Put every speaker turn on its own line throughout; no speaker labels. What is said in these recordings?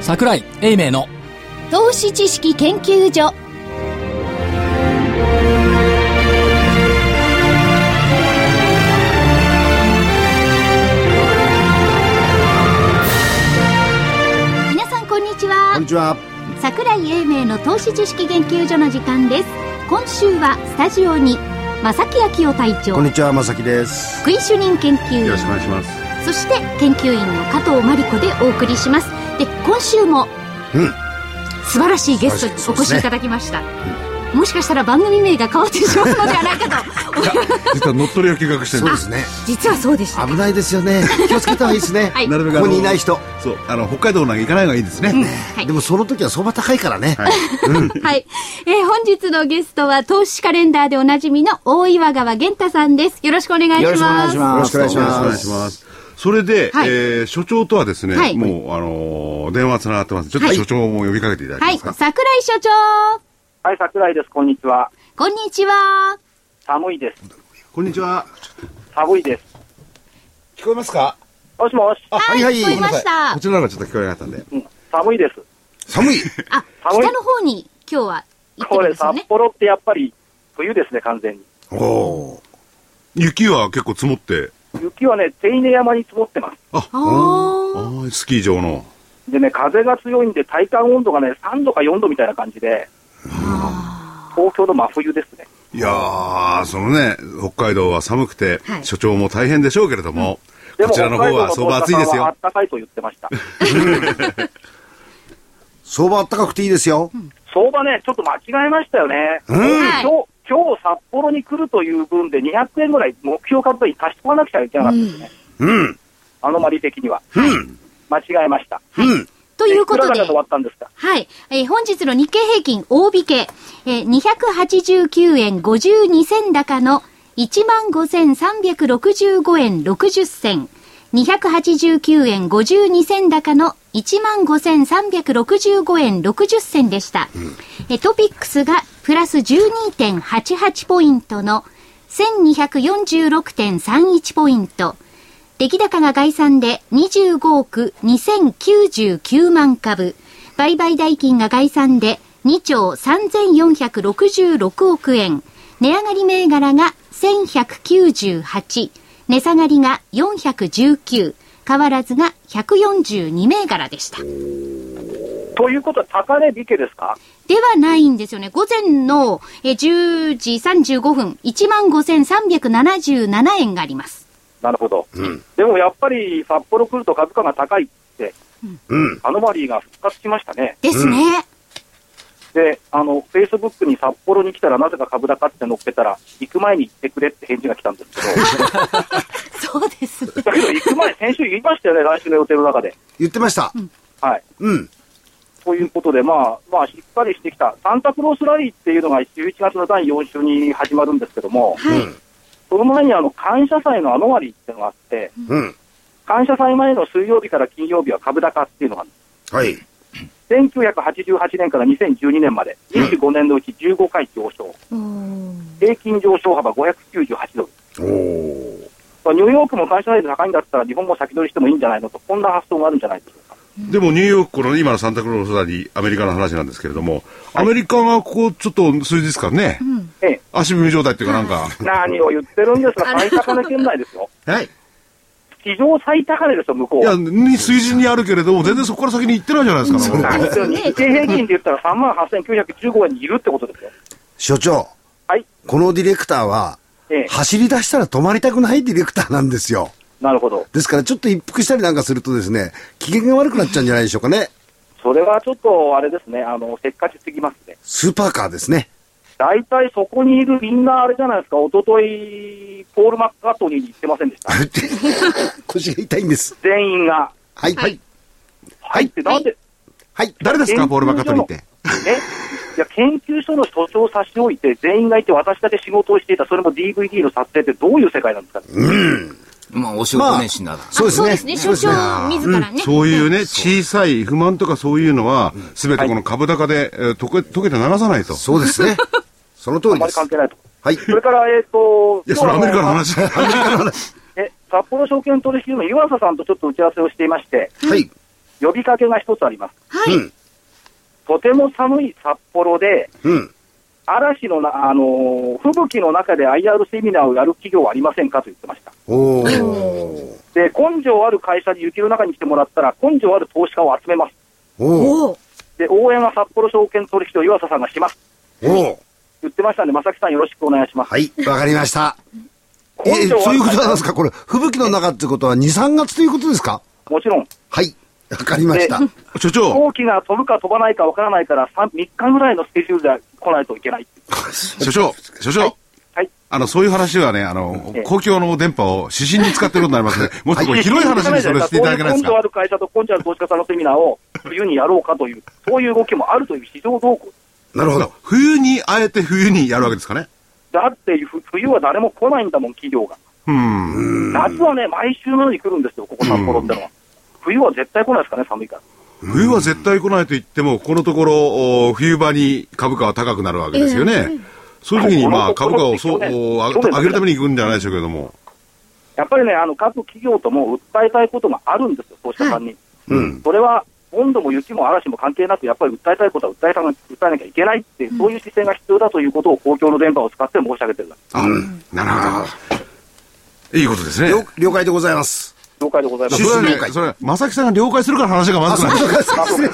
桜井英明の
投資知識研究所皆さんこんにちは
こんにちは。
桜井英明の投資知識研究所の時間です今週はスタジオに正木昭夫隊長
こんにちは、まさきです。
福井主任研究
よ
員
ろしくお願いします。
そして研究員の加藤真理子でお送りしますで今週も
うん。
素晴らしいゲストにお越しいただきました、もしかしたら番組名が変わってしまうのではないかとお
実は乗っ取りを計画してる
そう
んで
ですすね。
実はそうでした
危ないですよ ね。気をつけた方がいいですね。
はい
なるべくあ
こ
の
こにいない人。
そうあの北海道なんか行かない方がいいですね、
はい
でもその時は相場高いからね。
はい、えー本日のゲストは投資カレンダーでおなじみの大岩川源太さんですよろしくお願いします
よろしくお願いし
よろしくお
ま
願いし
す。
ますそれで、
はい
えー所長とはですね、
はい
もう、あのー電話つながってますちょっと
はい
所長も呼びかけていただけ
は
ま
い
すか、
桜井所長
はい、桜井です。こんにちは。
こんにちは
寒いです。
こんにちは
寒いです。
聞こえますか
もしもし。
あ、はいはい。
聞こえました
こちらの方がちょっと聞こえなかったんで
うん寒いです。
寒い
あ
寒い
北の方に今日は行って
こ
るん
れ、
ですよね
札幌ってやっぱり冬ですね、完全に。
おお
雪は結構積もって
雪はね、手稲山に積もってま
あ
あ
ースキー場の
す。でね、風が強いんで体感温度がね、3度か4度みたいな感じで、東京の真冬ですね。
いやーそのね北海道は寒くて、
はい
所長も大変でしょうけれども、
で
こちらの方は相場暑いです
あ
よ
ったかいと言ってました。
相場高くていいですよ。
相場ね、ちょっと間違えましたよね。
はい
今日、今日札幌に来るという分で200円ぐらい目標株価に足しとかなくちゃいけなかったですね。
うん。
あのまり的には。間違えました。
うん。
ということ
くら
で
から終わったんですか
はい。えー本日の日経平均大引け、えー、289円52銭高の15,365円60銭。289円52銭高の15,365円60銭でした。えートピックスがプラス12.88ポイントの1246.31ポイント。出来高が概算で25億2099万株、売買代金が概算で2兆3466億円、値上がり銘柄が1198、値下がりが419、変わらずが142銘柄でした。
ということは、高値引けですか
ではないんですよね。午前のえ10時35分、15,377円があります。
なるほど、でもやっぱり札幌来ると株価が高いって、
うん。
アノマリーが復活しましたね、
ですね。
であのフェイスブックに札幌に来たらなぜか株高って載っけたら、行く前に行ってくれって返事が来たんですけど、
そうですね。
だけど 行く前、先週言いましたよね、来週の予定の中で。
言ってました。
はい
うん。
ということで、まあ、まあ、しっかりしてきた、サンタクロースラリーっていうのが11月の第4週に始まるんですけども、
はい。
その前にあの感謝祭のアノマリーっていうのがあって、
うん。
感謝祭前の水曜日から金曜日は株高っていうのがある
はい。
1988年から2012年まで、25年のうち15回上昇、
うーん
平均上昇幅598ドル、
おお。
まあニューヨークも会社サイズ高いんだったら、日本も先取りしてもいいんじゃないのと、こんな発想があるんじゃないでしょうか。
でもニューヨークこの今のサンタクロースラリーアメリカの話なんですけれども、アメリカがここちょっと数日間ね、
うん
ええ、
足踏み状態っていうかなんか、
何を言ってるんですか、最高値圏内ですよ、
はい。
史上最高値ですよ、向こ
いうや、
は。
に水準にあるけれども、全然そこから先に行ってないじゃないですか、
なん
もう
ですよ日経平均で言ったら3万8915円にいるってことですよ。
所長、
はい、
このディレクターは、
ええ、
走り出したら止まりたくないディレクターなんですよ。
なるほど。
ですからちょっと一服したりなんかするとですね、機嫌が悪くなっちゃうんじゃないでしょうかね。
それはちょっと、あれですね、あの、せっかちすぎますね。
スーパーカーですね。
大体そこにいるみんなあれじゃないですか、おととい、ポール・マッカートニーに行ってません でした。
腰が痛いんです。
全員が。
はい。はい。
はいって、なんで、
はい。
誰ですか、ポール・バカトリーって。
えいや、研究所の所長を差し置いて、全員がいて、私だけ仕事をしていた、それも DVD の撮影ってどういう世界なんですか、
まあ、お仕事年始なら。
そうですね。
あそうですね。所長自らね。
そういうね、小さい不満とかそういうのは、すべてこの株高で、えー溶け溶けて流さないと。
そうですね。その通
あ
り
ま
で
り
す
関。係ないと。
はい。
それから、えっ、と、
いや、それアメリカの話。
え札幌証券取引所の湯浅さんとちょっと打ち合わせをしていまして、
はい。
呼びかけが一つあります。
はい。
うん。
とても寒い札幌で、
うん。
嵐のな、あのー吹雪の中で IR セミナーをやる企業はありませんかと言ってました。
おー。
で、根性ある会社に雪の中に来てもらったら、根性ある投資家を集めます。
おー。
おお。
で、応援は札幌証券取引所岩佐さんがします。
おー。
言ってましたんで、正木さんよろしくお願いします。
はい、わかりました。え、
根性
そ
あ
うい
る
うことなん
会社
ですかこれ、吹雪の中ってことは2、3月ということですか
もちろん、
はい、わかりま した。
で
所
飛
長、
行機が飛ぶか飛ばないかわからないから3、3日ぐらいのスケジュールで来ないといけない。
所長、所長。
はい。
あの、そういう話はね、あの
ええ、
公共の電波を指針に使ってることになりますね。もうちょっとこれ広い話にそれしていただけないです
こういう根性あ
か
る会社と根性ある投資家さんのセミナーを冬にやろうかという、そういう動きもあるという市場動向。
なるほど。
冬に、あえて冬にやるわけですかね。
だってふ冬は誰も来ないんだもん、企業が。
うん。
夏はね、毎週のように来るんですよ、ここ札幌ってのは。冬は絶対来ないですからね、寒いから。
冬は絶対来ないと言っても、このところ、お冬場に株価は高くなるわけですよね。そういう時に、まあ、
この
株
と
価
ころ
をそうお
去年
上
去
げ
年
上げるために行くんじゃないでしょうけれども。
やっぱりね、あの各企業とも訴えたいことがあるんですよ、投資家さんに。
うん。
それは温度も雪も嵐も関係なく、やっぱり訴えたいことは訴えたな訴えなきゃいけないって、そういう姿勢が必要だということを公共の電波を使って申し上げてるんだ。
あ、なるほど。いいことですね。
了了解でございます。
了解でございま
そ
す
れ。は
出
ね
身、会
それは、まさきさんが了解するから話がまずくなる。
まあそれ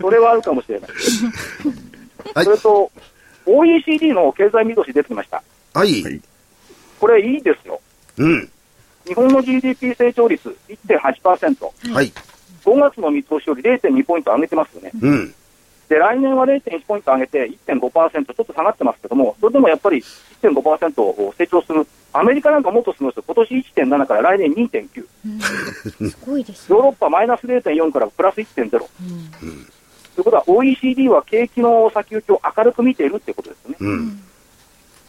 それはあるかもしれない。
はい
それと、OECD の経済見通し出てきました。
はい。
はい
これいいですよ。
うん。
日本の GDP 成長率1.8%、
はい。
5月の見通しより0.2ポイント上げてますよね。
うん。
で、来年は0.1ポイント上げて1.5%、ちょっと下がってますけども、それでもやっぱり1.5%を成長する。アメリカなんかもっとすごいですよ。今年1.7から来年2.9。
すごいです
ヨーロッパマイナス0.4からプラス1.0。ということは OECD は景気の先行きを明るく見ているってことですよね。
うん。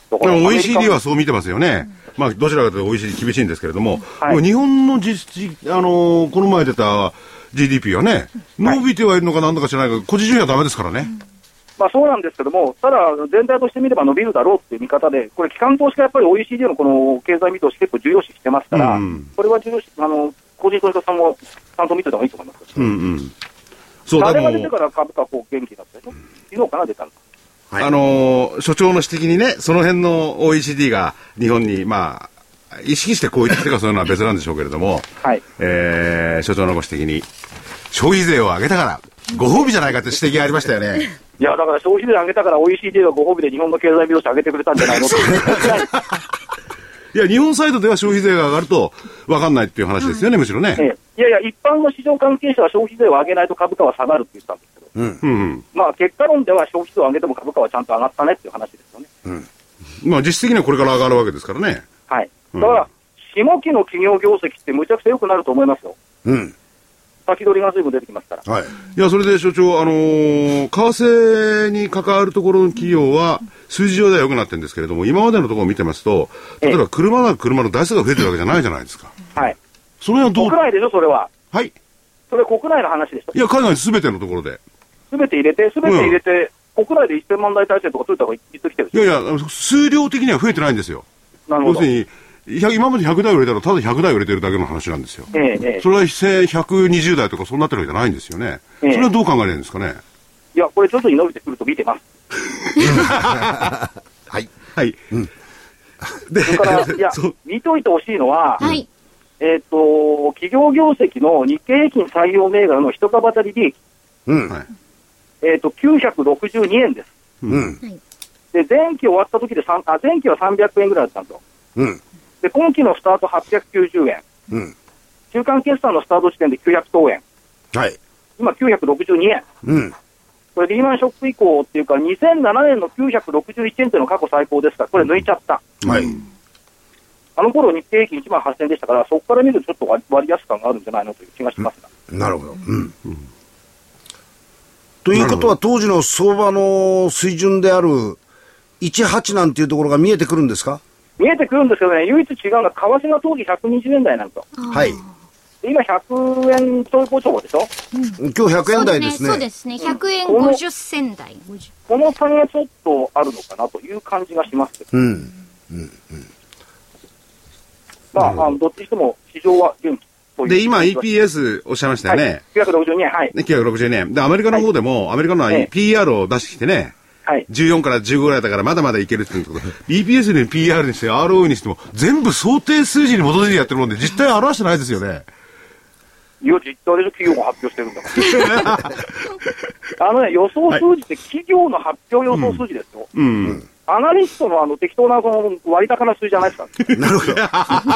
だから
でも
アメリカも
OECD はそう見てますよね、まあ、どちらかというと OECD 厳しいんですけれども、
はい
もう日本の実質、あのーこの前出た GDP はね、伸びてはいるのかなんだか知らないけど、個人消費はだめですからね、
まあ、そうなんですけども、ただ、全体として見れば伸びるだろうっていう見方で、これ、機関投資家やっぱり OECD のこの経済見通し、結構重要視してますから、
うん
これは重要視、あの個人投資家さんもちゃんと見てた方がいいと思います。
うんうん、そう、
あ
だ
れ
から
が出
も
て
う
から株価、こう元気になったでしょ、昨日かな、出たの。
はい
あのー所長の指摘にね、その辺の OECD が日本に、まあ、意識してこう言ってきたか、そういうのは別なんでしょうけれども、
はい
えー所長のご指摘に、消費税を上げたから、ご褒美じゃないかって指摘がありましたよね。
いや、だから消費税上げたから OECD がご褒美で日本の経済見通し上げてくれたんじゃないのって。
いや、日本サイドでは消費税が上がると分かんないっていう話ですよね、むしろね。
ええいやいや、一般の市場関係者は消費税を上げないと株価は下がるって言ってたんですけど、
うん
まあ、結果論では消費税を上げても株価はちゃんと上がったねっていう話ですよね。
うん、まあ実質的にはこれから上がるわけですからね。
はい。だから、下期の企業業績ってむちゃくちゃ良くなると思いますよ。
うん。
先取りが随分出てきますから。
はい。
いや、それで所長、あのー為替に関わるところの企業は、数字上では良くなってるんですけれども、今までのところを見てますと、例えば車なら車の台数が増えてるわけじゃないじゃないですか。
はい。
その辺
国
はどう
内でしょ、それは。
はい。
それ国内の話でした
い。や、海外すべてのところで。
すべて入れて、すべて入れて、国内で1000万台体制とか取れた方がいっときてる
い
でし
やいや、あの数量的には増えてないんですよ。
ょ。なるほ
要す
ど。
る
え
に、100今まで100台売れたら、ただ100台売れてるだけの話なんですよ。
えええ
それは1120台とかそうなってるわけじゃないんですよね。そ
ええ
れはどう考えればいいんですかね。
いや、これ徐々に伸びてくると見てます。
はい。
はい。で、
それ から、いや
そう、
見といてほしいのは、
はい。
えっ、と、企業業績の日経平均採用銘柄の一株当たり利益、
うん。
はい
えっ、と、962円です。
うん。
はい。
で、前期終わった時で三あ、前期は300円ぐらいだったんですよ。
うん。
で、今期のスタート890円。
うん。
中間決算のスタート時点で900等円。
はい。
今962円。
うん。
これリーマンショック以降っていうか、2007年の961円っていうのが過去最高ですから、これ抜いちゃった。
はい。
あの頃日経平均1万8000円でしたから、そこから見るとちょっと割割安感があるんじゃないのという気がしますが。
なるほど。うん。ということは、当時の相場の水準である、18なんていうところが見えてくるんですか
見えてくるんですけどね、唯一違うのは、為替が当時120円台なんですよ。
はい。
で今100円ちょいこちょこでしょ
今日100円台ですね。
そうですね。100円50銭台。50
この差がちょっとあるのかなという感じがしますけど、
うん。
まあ、あのどっちにしても市場は元気。こういう
で、今 EPS おっしゃいましたよね。
はい、962円、はい。
ね、962円。で、アメリカの方でも、アメリカのは
ええ
PR を出してきてね、
はい。
14から15ぐらいだからまだまだいけるって言うんだけど、EPS に PR にして ROE にしても、全部想定数字に基づいてやってるもんで、実態表してないですよね。
いや、実態でしょ企業が発表してるんだ から。あのね、予想数字って企業の発表予想数字ですよ。
うん。
アナリストのあの適当なその割高な数字じゃないですか。
な るほど。
あ、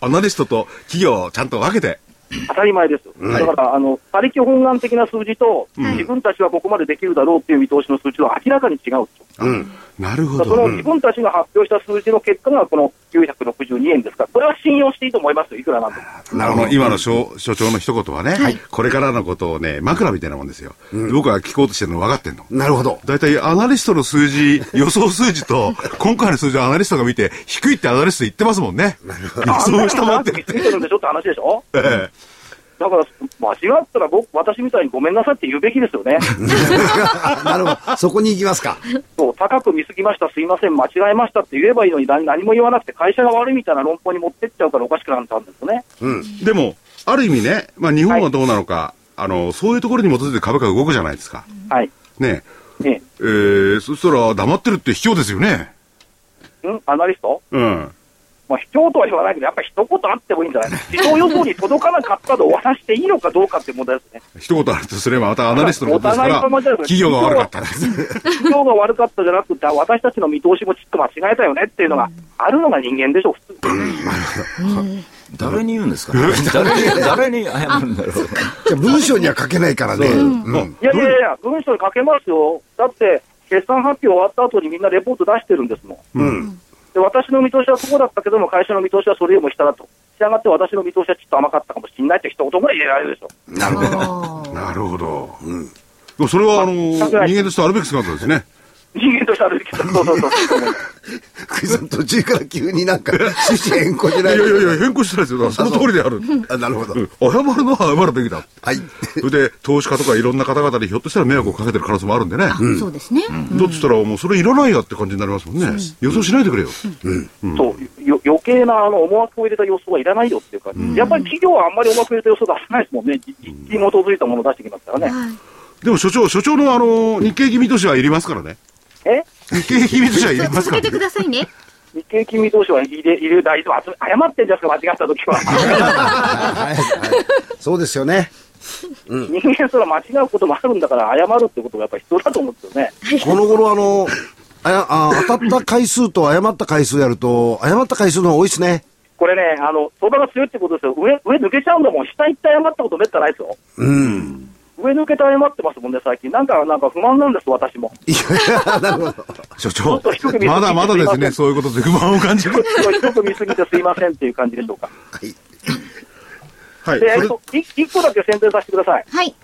アナリストと企業をちゃんと分けて。
当たり前です。
い
だから、あの、他力本願的な数字と、自分たちはここまでできるだろうっていう見通しの数字は明らかに違うんですよ。
うん。
なるほ
だからそ
ど。
の
う
自
ん
分たちが発表した数字の結果がこの962円ですから、これは信用していいと思いますよ、いくらなんでも。
なる
あ
ほど
の、。今の所所長の一言はね、
はい
これからのことをね、枕みたいなもんですよ。僕は聞こうとしてるの分かってんの。
なるほど。
大体アナリストの数 字、予想数字と、今回の数字をアナリストが見て、低いってアナリスト言ってますもんね。予想を下回ってる って。
ついてるんでしょって話でしょ
え
だから、間違ったら僕、私みたいにごめんなさいって言うべきですよね。
なるほど。そこに行きますか。
そう、高く見すぎました、すいません、間違えましたって言えばいいのに何何も言わなくて、会社が悪いみたいな論法に持ってっちゃうからおかしくなったんですよね。
えでも、ある意味ね、まあ日本はどうなのか、あの、そういうところに基づいて株価が動くじゃないですか。
はい。
ね
ね
え。えー、そしたら黙ってるって卑怯ですよね。
うんアナリスト
うん。
まあ、卑怯とは言わないけど、やっぱり一言あってもいいんじゃない市場予想に届かなかったで終わらしていいのかどうかっていう問題ですね。
一言あるとすれば、またアナリストのことですか
お互い様
ら、
じゃない
企業が悪かったです。
市場が悪かったじゃなくて、私たちの見通しもちっと間違えたよねっていうのがあるのが人間でしょ、普通。
誰に言うんですかね誰に、誰に謝るんだろう。
じゃあ文章には書けないからね。うん。
いやいやいや、文章に書けますよ。だって、決算発表終わった後にみんなレポート出してるんですもん。
うん。
で私の見通しはそうだったけども、会社の見通しはそれよりも下だと。したがって私の見通しはちょっと甘かったかもしれないって一言ぐらい入れられるでしょ。
なるほど。
なるほど。でもそれは、あの、人間としてあるべき姿ですね。
人間としてあるべきだ。そうそうそう。
福井さん途中から急になんか趣旨変更し
い
な
や
い
い
で
やいや、変更してないですよ。だからその通りで ある。
あなるほど。
謝るのは謝るべきだ。
はい。
それで、投資家とかいろんな方々にひょっとしたら迷惑をかけてる可能性もあるんでね。
あそうですね。
だとしたら、もうそれいらないやって感じになりますもんね。予想しないでくれよ。
そうよ余計なあの思惑を入れた予想はいらないよっていうか、やっぱり企業はあんまり思惑を入れた予想出さないですもんね、じ実地に基づいたものを出してきますからね。
でも所長、所長のあの、日経気味としてはいりますからね。
え
日経気味としてはいります
続
か
けて
ら
く
ね。
ださいね。
日経金見通しは入れ入れる大事謝ってんじゃないですか、間違った時は。
はいはいそうですよね。
人間すら間違うこともあるんだから、謝るってことがやっぱり必要だと思うんですよね。
この頃あの、あやあ当たった回数と誤った回数やると、誤った回数の方が多いですね。
これね、あの、相場が強いってことですよ。上、上抜けちゃうんだもん。下行って謝ったことめったないですよ。
うん。
上抜けて謝ってますもんね、最近。なんか、なんか不満なんです、私も。
いや、なるほど。
所
ょ
長
っと一組見て、み
ま
て
だまだです
すいませ
ね、
ん
そういうことで不満を感じ
ちょっ
る。
と一つ見すぎてすいませんっていう感じでしょ うか。
はい。そ
で、えっ
れ
と、い一個だけ宣伝させてください。
はい。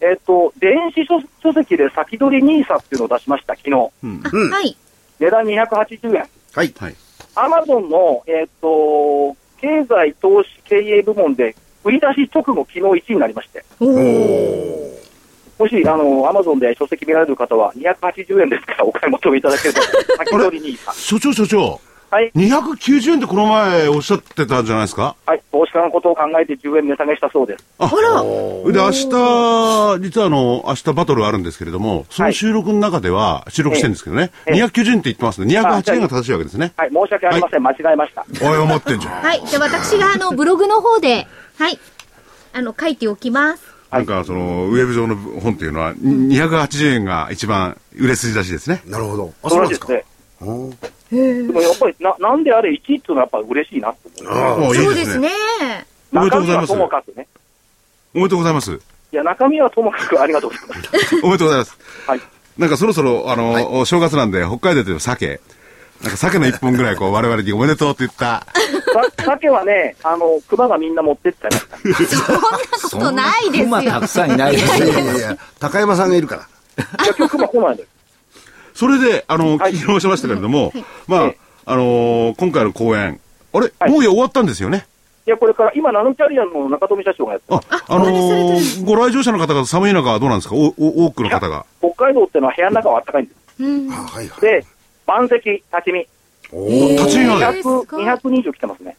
えっと、電子書書籍で先取り NISA っていうのを出しました、昨日。
あ
うん
はい。
値段280円。
はい。
はい。
アマゾンの、えっと、経済投資経営部門で、売り出し直後、昨日1位になりまして。もし、あの、アマゾンで書籍見られる方は、280円ですからお買い求めいただければ、先取り NISA。
所長、所長。
はい。
290円ってこの前おっしゃってたんじゃないですか
はい。投資家のことを考えて10円値下げしたそうです。
あらで、明日、実はあの、明日バトルあるんですけれども、その収録の中では、収録してるんですけどね、
え
290
え
円って言ってますね。208円が正しいわけですね。
はい。申し訳ありません。間違えました。
おい、思ってんじゃん。
はい。じゃあ私があの、ブログの方で、はい。あの、書いておきます。
なんか、その、ウェブ上の本っていうのは、280円が一番売れ筋らしいですね。
なるほど。あ、そ
そ
う
う
な
ら
ん
しい
で
ですす
か。
ね。
うん
でもやっぱりな、なんであれ1位っていうのはやっぱ嬉しいなって思う。
ああ
そうですね。
おめでとうございます
中身はともかくね。
おめでとうございます。
いや、中身はともかくありがとうございます。
おめでとうございます。
はい。
なんか、そろそろ、あの、お正月なんで、北海道で鮭、なんか鮭の一本ぐらい、こう、我々におめでとうって言った。
さ鮭はね、あの、熊がみんな持ってっちゃいまし
そ
た。
んなことないです
そんな熊
よ
た。くさんいないです
い
よ
や。いやいや、高山さんがいるから。
いや、今日熊来ないのよ。
それで、あの、
はい
聞き直しましたけれども、まあ
え、
あのー今回の公演、あれ、
はい
もういや終わったんですよね。
いや、これから、今、ナノキャリアの中富社長がやって
あ
る、
あのーご来場者の方が寒い中はどうなんですかおお多くの方が。
北海道ってのは部屋の中は暖かいんです。
うん
あはいはい。
で、満席、立ち見、
おー
立ち見まで。
200 220来てますね。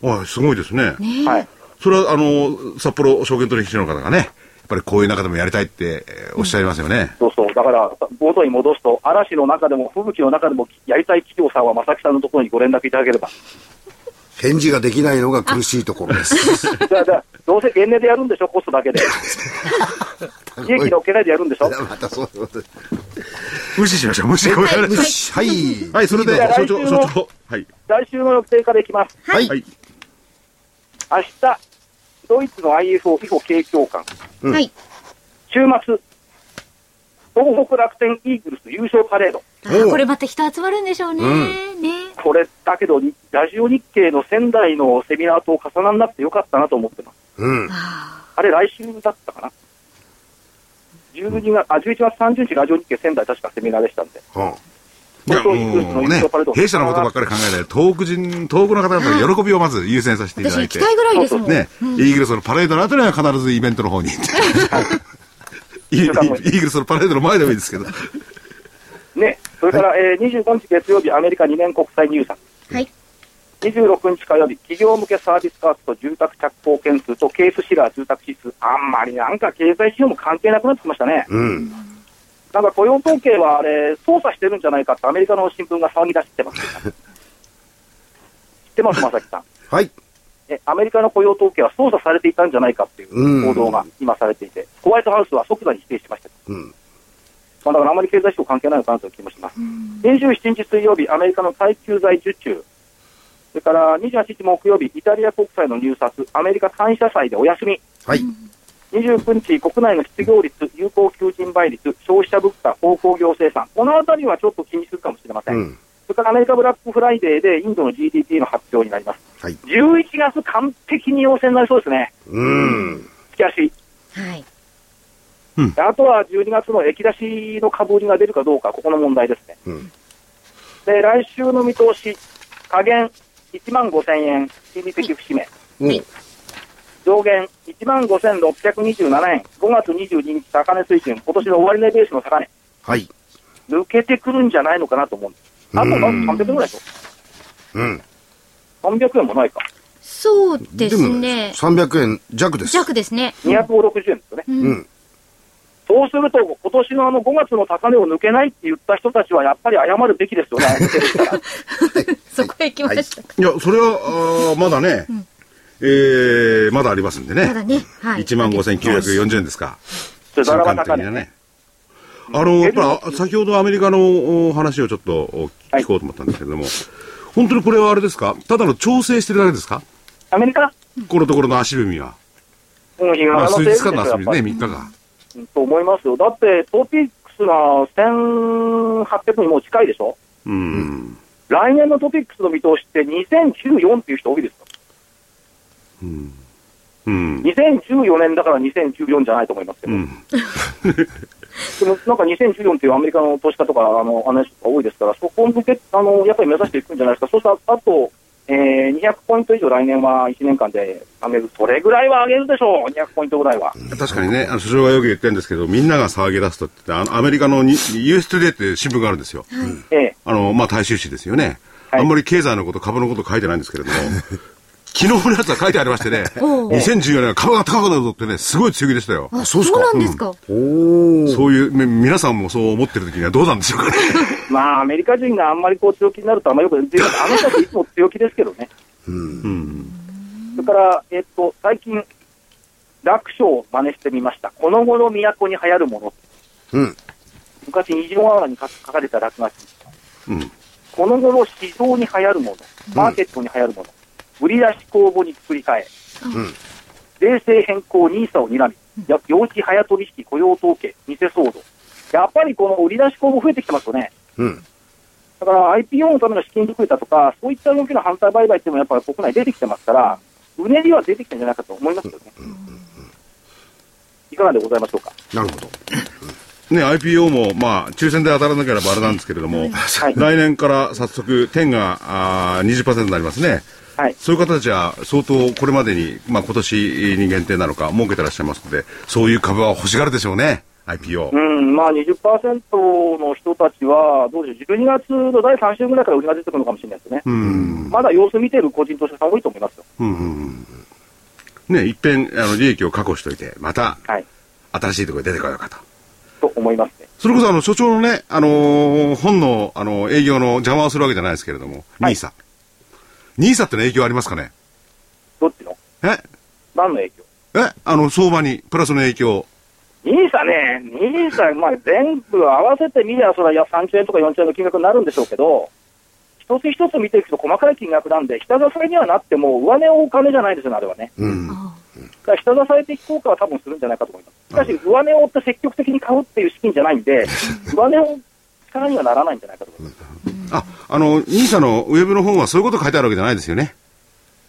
はい、すごいですね。
はい。
それは、あの、札幌証券取引所の方がね、やっぱりこういう中でもやりたいってえーおっしゃいますよね。
そうそう。だから、冒頭に戻すと、嵐の中でも、吹雪の中でも、やりたい企業さんは、正木さんのところにご連絡いただければ。
返事ができないのが苦しいところです。
だからだからどうせ原値でやるんでしょ、コストだけで。利益の受けないでやるんでしょ。
またそういうことで
無視しましょう、無視。ごめんなさい
はい
す。はい。
はい、それで
じゃあ、
所
来週
長、
の
所長。はい。
来週の定価でいきます。
はい。はい。
明日、ドイツの IFO 以後景況感。
はい。
週末、東北楽天イーグルス優勝パレード。
あーこれまた人集まるんでしょうね。ね。
これ、だけど、ラジオ日経の仙台のセミナーと重ならなくてよかったなと思ってます。
うん。
あ
あれ、来週だったかな。12月、あ、11月30日、ラジオ日経仙台確かセミナーでしたんで。
は
じゃあ、も
東京イーグルスの
う
優
ね
勝パレード、
弊社のことばっかり考えないで、遠く人、遠くの方々の喜びをまず優先させて
ー
いた
私
だい
行
て
き。たいぐらいですもん。
ね、イーグルスのパレードの後には必ずイベントの方 に行って。イーイーグルスのパレードの前でもいいですけど。
ね、それから、えー25日月曜日、アメリカ2年国際入産。
はい。
26日火曜日、企業向けサービス価格と住宅着工件数とケースシラー住宅指数、あんまりなんか経済指標も関係なくなってきましたね。
うん。
なんか雇用統計はあれ、操作してるんじゃないかってアメリカの新聞が騒ぎ出してます。 知ってます、正木さん。
はい。
えアメリカの雇用統計は操作されていたんじゃないかっていう報道が今されていて、ホワイトハウスは即座に否定しました。
うん。
まあ、だからあまり経済指標関係ないのかなという気もします。27日水曜日、アメリカの耐久財受注、それから28日木曜日、イタリア国債の入札、アメリカ感謝祭でお休み、
はい。
29日、国内の失業率、有効求人倍率、消費者物価、鉱工業生産、このあたりはちょっと気にするかもしれませ。
うんん。
それからアメリカブラックフライデーでインドの GDP の発表になります。
はい。
11月、完璧に陽性になりそうですね、
うん。
月足。
はい。
であとは12月の駅出しの株売りが出るかどうか、ここの問題ですね。
うん
で来週の見通し、下限1万5000円、心理的節目、
おう
上限1万5627円、5月22日高値水準、今年の終値ベースの高値、
はい。
抜けてくるんじゃないのかなと思うんです。あと、
うん
300円ぐらいでし
うん。
ょ ?300 円もないか。
そうです
ね
ね。
300円弱です。
弱ですね。
260円ですよね。
うん。
そうすると、今年のあの5月の高値を抜けないって言った人たちは、やっぱり謝るべきです よね、抜けてきたら
そこへ行きましたか。
いや、それは、あーまだね、えー、まだありますんでね。
まだね。はい。
1万5940円ですか。
それざ
瞬
らば
間的
高値
な。ね。あの、やっぱり、先ほどアメリカのお話をちょっとお
はい
聞こうと思ったんですけれども、本当にこれはあれですかただの調整してるだけですか
アメリカ
このところの足踏みは。
うん、今
まあ、
の
数
セールで
日
すよ
間の足
やっ
踏み
ぱり
ね、3日間。
うんと思いますよ。だって、トピックスが1800にもう近いでしょ
うん。
来年のトピックスの見通しって2014っていう人多いですよ。
うん。
2014年だから2014じゃないと思いますけ
う
ど。
ん。
でもなんか2014っていうアメリカの投資家とか、あの、アナリストが多いですから、そこを向け、あの、やっぱり目指していくんじゃないですか。そうしたら、あと、えー、200ポイント以上来年は1年間で上げる。それぐらいは上げるでしょう。200ポイントぐらいは。
確かにね、あの所長がよく言ってるんですけど、みんなが騒ぎ出すとって言って、あのアメリカのニ US トゥデイって新聞があるんですよ。
ええ
あの、まあ、大衆紙ですよね。
はい
あんまり経済のこと、株のこと書いてないんですけれ ども、昨日のやつは書いてありましてね、
おう
2014年は株が高くなるぞってね、すごい強気でしたよ。
あ、そう
そっすか
うなんですか。
おー
そういう、み皆さんもそう思ってる時にはどうなんでしょう かね。
まあ、アメリカ人があんまりこう強気になるとあんまりよくない。あの人たちいつも強気ですけどね。それから、えっと、最近、楽勝を真似してみました。この後の都に流行るもの。
うん。
昔、二条アワに書書かれた落書き。
うん
この後の市場に流行るもの。マーケットに流行るもの。売り出し公募に作り替え。
ん
冷静変更、ニーサを睨み。や陽気早取引、雇用統計、偽騒動。やっぱりこの売り出し公募増えてきてますよね。
うん。
だから IPO のための資金作りだとか、そういった動きの反対売買っていうのもやっぱり国内出てきてますから、うねりは出てきたんじゃないかと思いますよね。いかがでございましょうか。
なるほど。
ね、IPO も、まあ、抽選で当たらなければあれなんですけれども、
い
来年から早速、天があー20%になりますね。
はい。
そういう方たちは相当これまでに、まあ、今年に限定なのか、儲けてらっしゃいますので、そういう株は欲しがるでしょうね。 IPO
う。ん、まあ20%の人たちは、どうでしょう、12月の第3週ぐらいから売りが出てくるのかもしれないですね。
うん。
まだ様子見てる個人投資家さん多いと思いますよ。
うんうんうん。ね、いっぺん、あの、利益を確保しといて、また、
はい。
新しいところに出てこようかと。
と思いますね。
それこそ、あの、所長のね、あのー本の、あの、営業の邪魔をするわけじゃないですけれども、
はい
NISA。NISA ってのは影響ありますかね
どっちの
え
何の影響
えあの、相場に、プラスの影響。
ニーサね、ニーサ、まあ、全部合わせてみりゃ、それは3兆円とか4兆円の金額になるんでしょうけど、一つ一つ見ていくと細かい金額なんで、下支えにはなっても、上値をお金じゃないですよね、あれはね。
うん。
あ
だから下支え的効果は多分するんじゃないかと思います。しかし、上値を追って積極的に買うっていう資金じゃないん で、上値を力にはならないんじゃないかと思います。
あ、あの、NISA のウェブの本はそういうこと書いてあるわけじゃないですよね。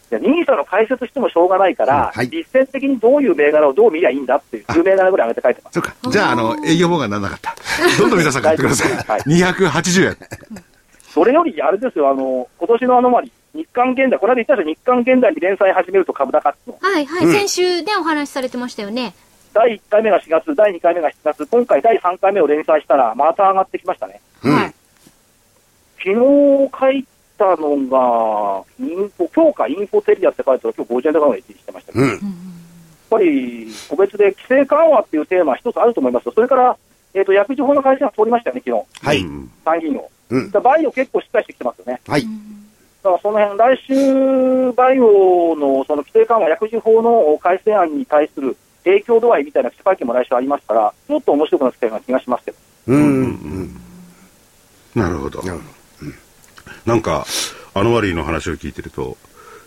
じゃニーサの解説してもしょうがないから、
はい
実践的にどういう銘柄をどう見りゃいいんだっていう、10銘柄ぐらい上げて書いてます。
そうか。じゃあ、あの、営業妨害にならなかった。どんどん皆さん買って ください。
はい
280円。
それより、あれですよ、あの、今年のアノマリ、日韓現代、この間言ったでしょ、日韓現代に連載始めると株高っての。
はいはい、先週ね、お話しされてましたよね。
第1回目が4月、第2回目が7月、今回第3回目を連載したら、また上がってきましたね。
はい。
昨日書いたのが、インフォ、今日かインフォテリアって書いたら、今日50円高の一致してましたけど、
う
やっ
ん。
ぱり、個別で規制緩和っていうテーマは一つあると思いますよそれから、えっ、と、薬事法の改正が通りましたよね、昨日、
は
う
い。
ん
参議院を。
うん。
だからバイオ結構しっかりしてきてますよね。
はい。
だからその辺、来週、バイオのその規制緩和、薬事法の改正案に対する影響度合いみたいな記者会見も来週ありますから、ちょっと面白くなってきたような気がしますけど、
うん。うん。
なるほど。
なるほど
なんか、アノマリーの話を聞いてると、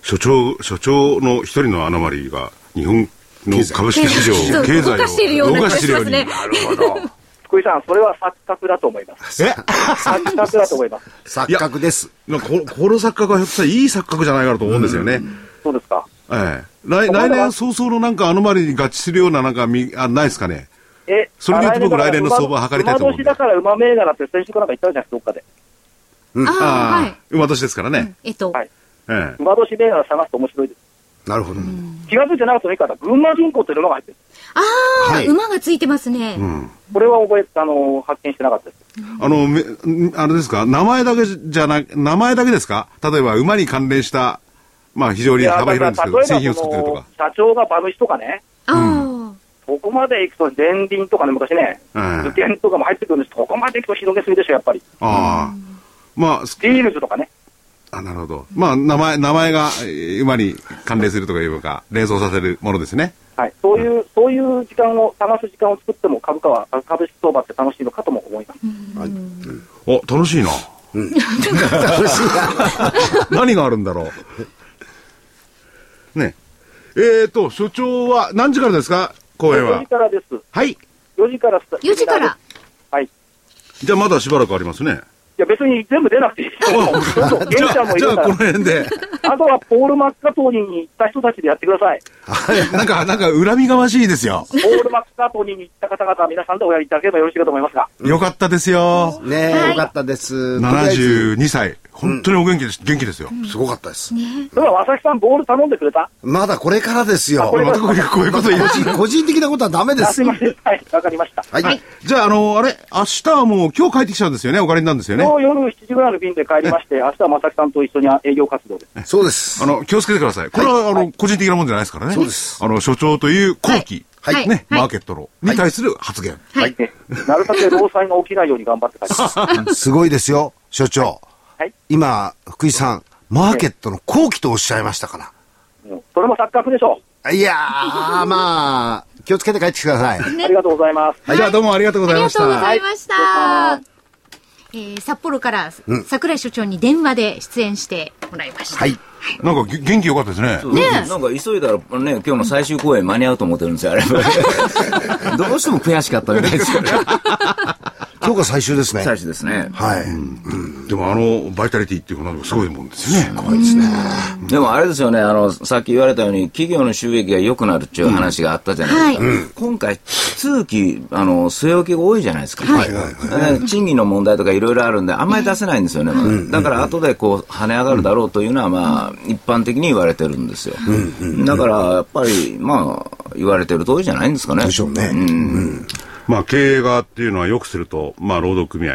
所長、所長の一人のアノマリーが、日本の株式市場
経済そ、う
経済を
動かしているような気がしますね
動かしているようになるほど。
福井さん、それは錯覚だと思い ます。
え
錯覚だと思います。
錯覚です。
なんかこのこの錯覚はひょっとしたらいい錯覚じゃないかなと思うんですよね。
そうですか。
ええ来来年早々のなんかアノマリーに合致するようななんかみあないですかね。
え
それによって僕来年の相場を測りたいと思う
馬年だから馬銘柄って先週かなんか言ったじゃないですか、どっかで。
ああ、はい。
馬年ですからね。
えっと、
はい。
ええ
馬年銘柄探すと面白いです。
なるほど。
気が付いてなかったのいいから、群馬銀行っていう馬が入ってる。
ああ、
はい
馬がついてますね。
うん。
これは覚えて、あの、発見してなかったです。
あの、めんあれですか、名前だけじゃな、名前だけですか例えば馬に関連した、まあ非常に幅広いんですけど、製
例
品
え
を
ばそ
作ってると
の
か。、
社長が馬主とかね、
ああ、
そこまで行くと、前輪とかね、昔ね、
ええ
受験とかも入ってくるんですそこまで行くと広げすぎでしょ、やっぱり。
ああ。まあ、す
ディールズとかね。
あ、なるほど。まあ、名前、名前がえー馬に関連するとかいうか、連想させるものですね。
はい。そういう、そういう時間を、探す時間を作っても株価は、株式相場って楽しいのかとも思います。
お、楽しいな。何があるんだろう。ね。えーと、所長は何時からですか公演
4
は
時。からです。
はい。
4時からスタ、
4時から。
はい。い
じゃあまだしばらくありますね。
や、別に全部出なくていいと思う。どうぞ、ゲ
じ
ン
ゃ
ちゃん
あ、
もい
じゃあ
るか
この
ら。
辺で、
あとは、ポール・マッカートニーに行った人たちでやってください。
なんか、なんか恨みがましいですよ。
ポール・マッカートニーに行った方々は皆さんでおやりいただければよろしいかと思いますが。
よかったですよ。
ねえ、よかったです。
72歳。本当にお元気です。元気ですよ。
すごかったです。
それは、まさきさん、ボール頼んでくれた
まだこれからです
あ
よ
こ。れ
またこういうこういうこと言い
個
まし
人個人的なことはダメで
あ
す
すい。ません。はい、わかりました。
はい。
はい。じゃあ、あの、あれ、明日はもう今日帰ってきちゃうんですよね。お帰りなんですよね。
今日夜7時ぐらいの便で帰りまして、明日はまさきさんと一緒に営業活動です。
そうです
あ。の、気をつけてください。これは、あの、個人的なもんじゃないですからね。
そうです
あの、所長という後期、
はいはい
ね、
はい
マーケットの、に対する発言。
はい。
ねなるたけ労災が起きないように頑張って帰ります。は
すごいですよ、所長。
い。
今、福井さん、マーケットの後期とおっしゃいましたか
うんそれも錯覚でしょ
ら。いやー、まあ、気をつけて帰ってきてください。
う。ありがとうございます。
じゃあ、どうもありがとうご
あ
ざい
り
ま
が
した。
とうございました。
はい
えー札幌から桜井所長に電話で出演してもらいました。
はい。
なんか、げ元気よかったですね。
そうなんか急いだらね、今日の最終公演間に合うと思ってるんですよ、あれ。どうしても悔しかったみたいですから。
今日が最終ですね。
最終ですね。
はい。
でも、あの、バイタリティっていうか、なんかすごいもんですよね。
こいですね。
でもあれですよね、あの、さっき言われたように、企業の収益が良くなるっていう話があったじゃないですか。今回、通期、あの、据え置きが多いじゃないですか。
はい
だから賃金の問題とかいろいろあるんで、あんまり出せないんですよね、まだだから後でこう、跳ね上がるだろうというのは、まあ、一般的に言われてるんですよ。だから、やっぱり、まあ、言われてる通りじゃないんですかね。
でしょうね
ん
まあ、経営側っていうのはよくすると、まあ、労働組合、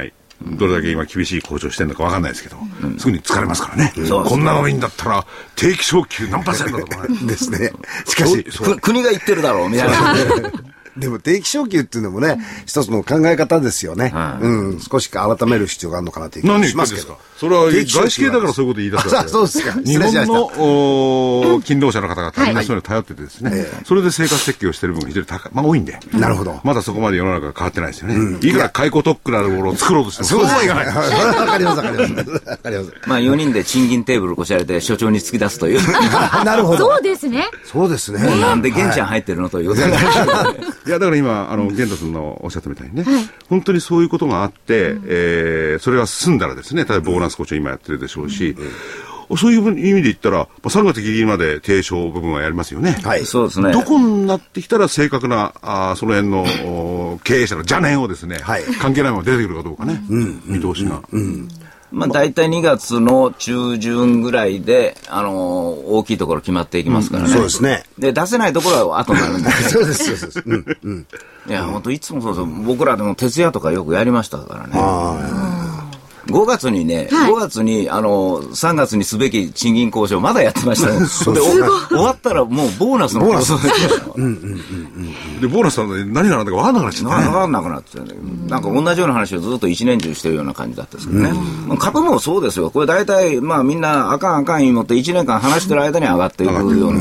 どれだけ今厳しい交渉してるのかわかんないですけど、すぐに疲れますからね。
そう
こんなのがいいんだったら、定期昇給何パーセントだとかね。
です ね。しかし、
く国が言ってるだろう、みたいな。
でも定期昇給っていうのもね、一つの考え方ですよね。
はい
うん、少し改める必要があるのかなという気
何
が
言っ
して
ん
ま
です
け
す
ど
か。それは
定期昇
外資
給
系だからそう
う。
いうこと言い出したわけ
あそうですか
日
失礼
本
しま
のおー勤労者の方々はみんなそういうの頼っててですね、それで生活設計をしてる部分が非常に高い、まあ多いんで。
なるほど
まだそこまで世の中が変わってないですよね。いくら解雇特区なるものを作ろうとしても、
そうです
は
ね。
いかない。
わかります、わかります。わかります。
まあ、4人で賃金テーブルこしられて、所長に突き出すと いう。
あなるほど
そ。うですね。
そうですね。
なんで、玄ちゃん入ってるのということで。
いやだから今、あの源太さんのおっしゃったみたいにね、本当にそういうことがあって、えーそれが進んだらですね、例えばボーナス交渉今やってるでしょうし、そういう意味で言ったら、まあ、3月ギリギリまで提唱部分はやりますよね。
はい。
そうですね。
どこになってきたら正確な、あーその辺のお経営者の邪念をですね、
はい
関係ないものが出てくるかどうかね、見通しが。
まあ、大体2月の中旬ぐらいで、あのー大きいところ決まっていきますからね。
そうですね。。
で、出せないところは後になるんで
そうです、そうです。うん。
いや、本当いつもそうそう。僕らでも徹夜とかよくやりましたからね。5月にね、
はい
5月に、あのー、3月にすべき賃金交渉、まだやってましたよ。 で、お終わったらもうボーナスの
ボーナス
交渉ですよ。
で、ボーナスさんの何がなんだか分かんなくなっちゃった
な
ね。
かなくなって、ね、なんか同じような話をずっと一年中してるような感じだったんですけどね、まあ株もそうですよ、これ大体、まあ、みんなあかんあかん言いもって、1年間話してる間に上がっていくような、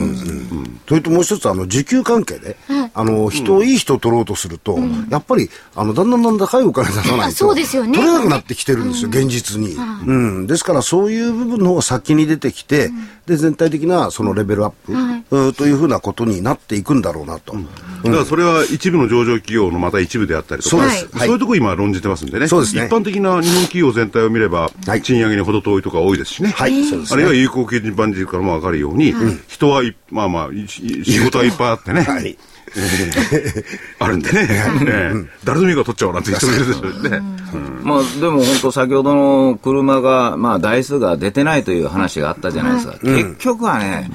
それともう一つ、あの、時給関係で、あの、人、いい人を取ろうとすると、やっぱり、あの、だんだんだんだん高いお金出さない
あ
と、
そうですよね
取れなくなってきてるんですよ、現実に。うん。ですから、そういう部分の方が先に出てきて、で、全体的な、そのレベルアップ、うんというふうなことになっていくんだろうなと。
だからそれは一部の上場企業のまた一部であったりと
そ
か、
う
です
はい
そういうところ今論じてますんでね。
そうですね
一般的な日本企業全体を見れば、
はい
賃上げに程遠いとか多いですしね。
はい、そうで
あ
す
るいは
ね。
有効求人番人からも分かるように、人はいっまあまあ、いい仕事はいっぱいあってね。
はい。
あるんでね。ええ誰でもいいから取っちゃおうなんて人もいるでしょうしね。
まあ、でも本当、先ほどの車が、まあ、台数が出てないという話があったじゃないですか、結局はね、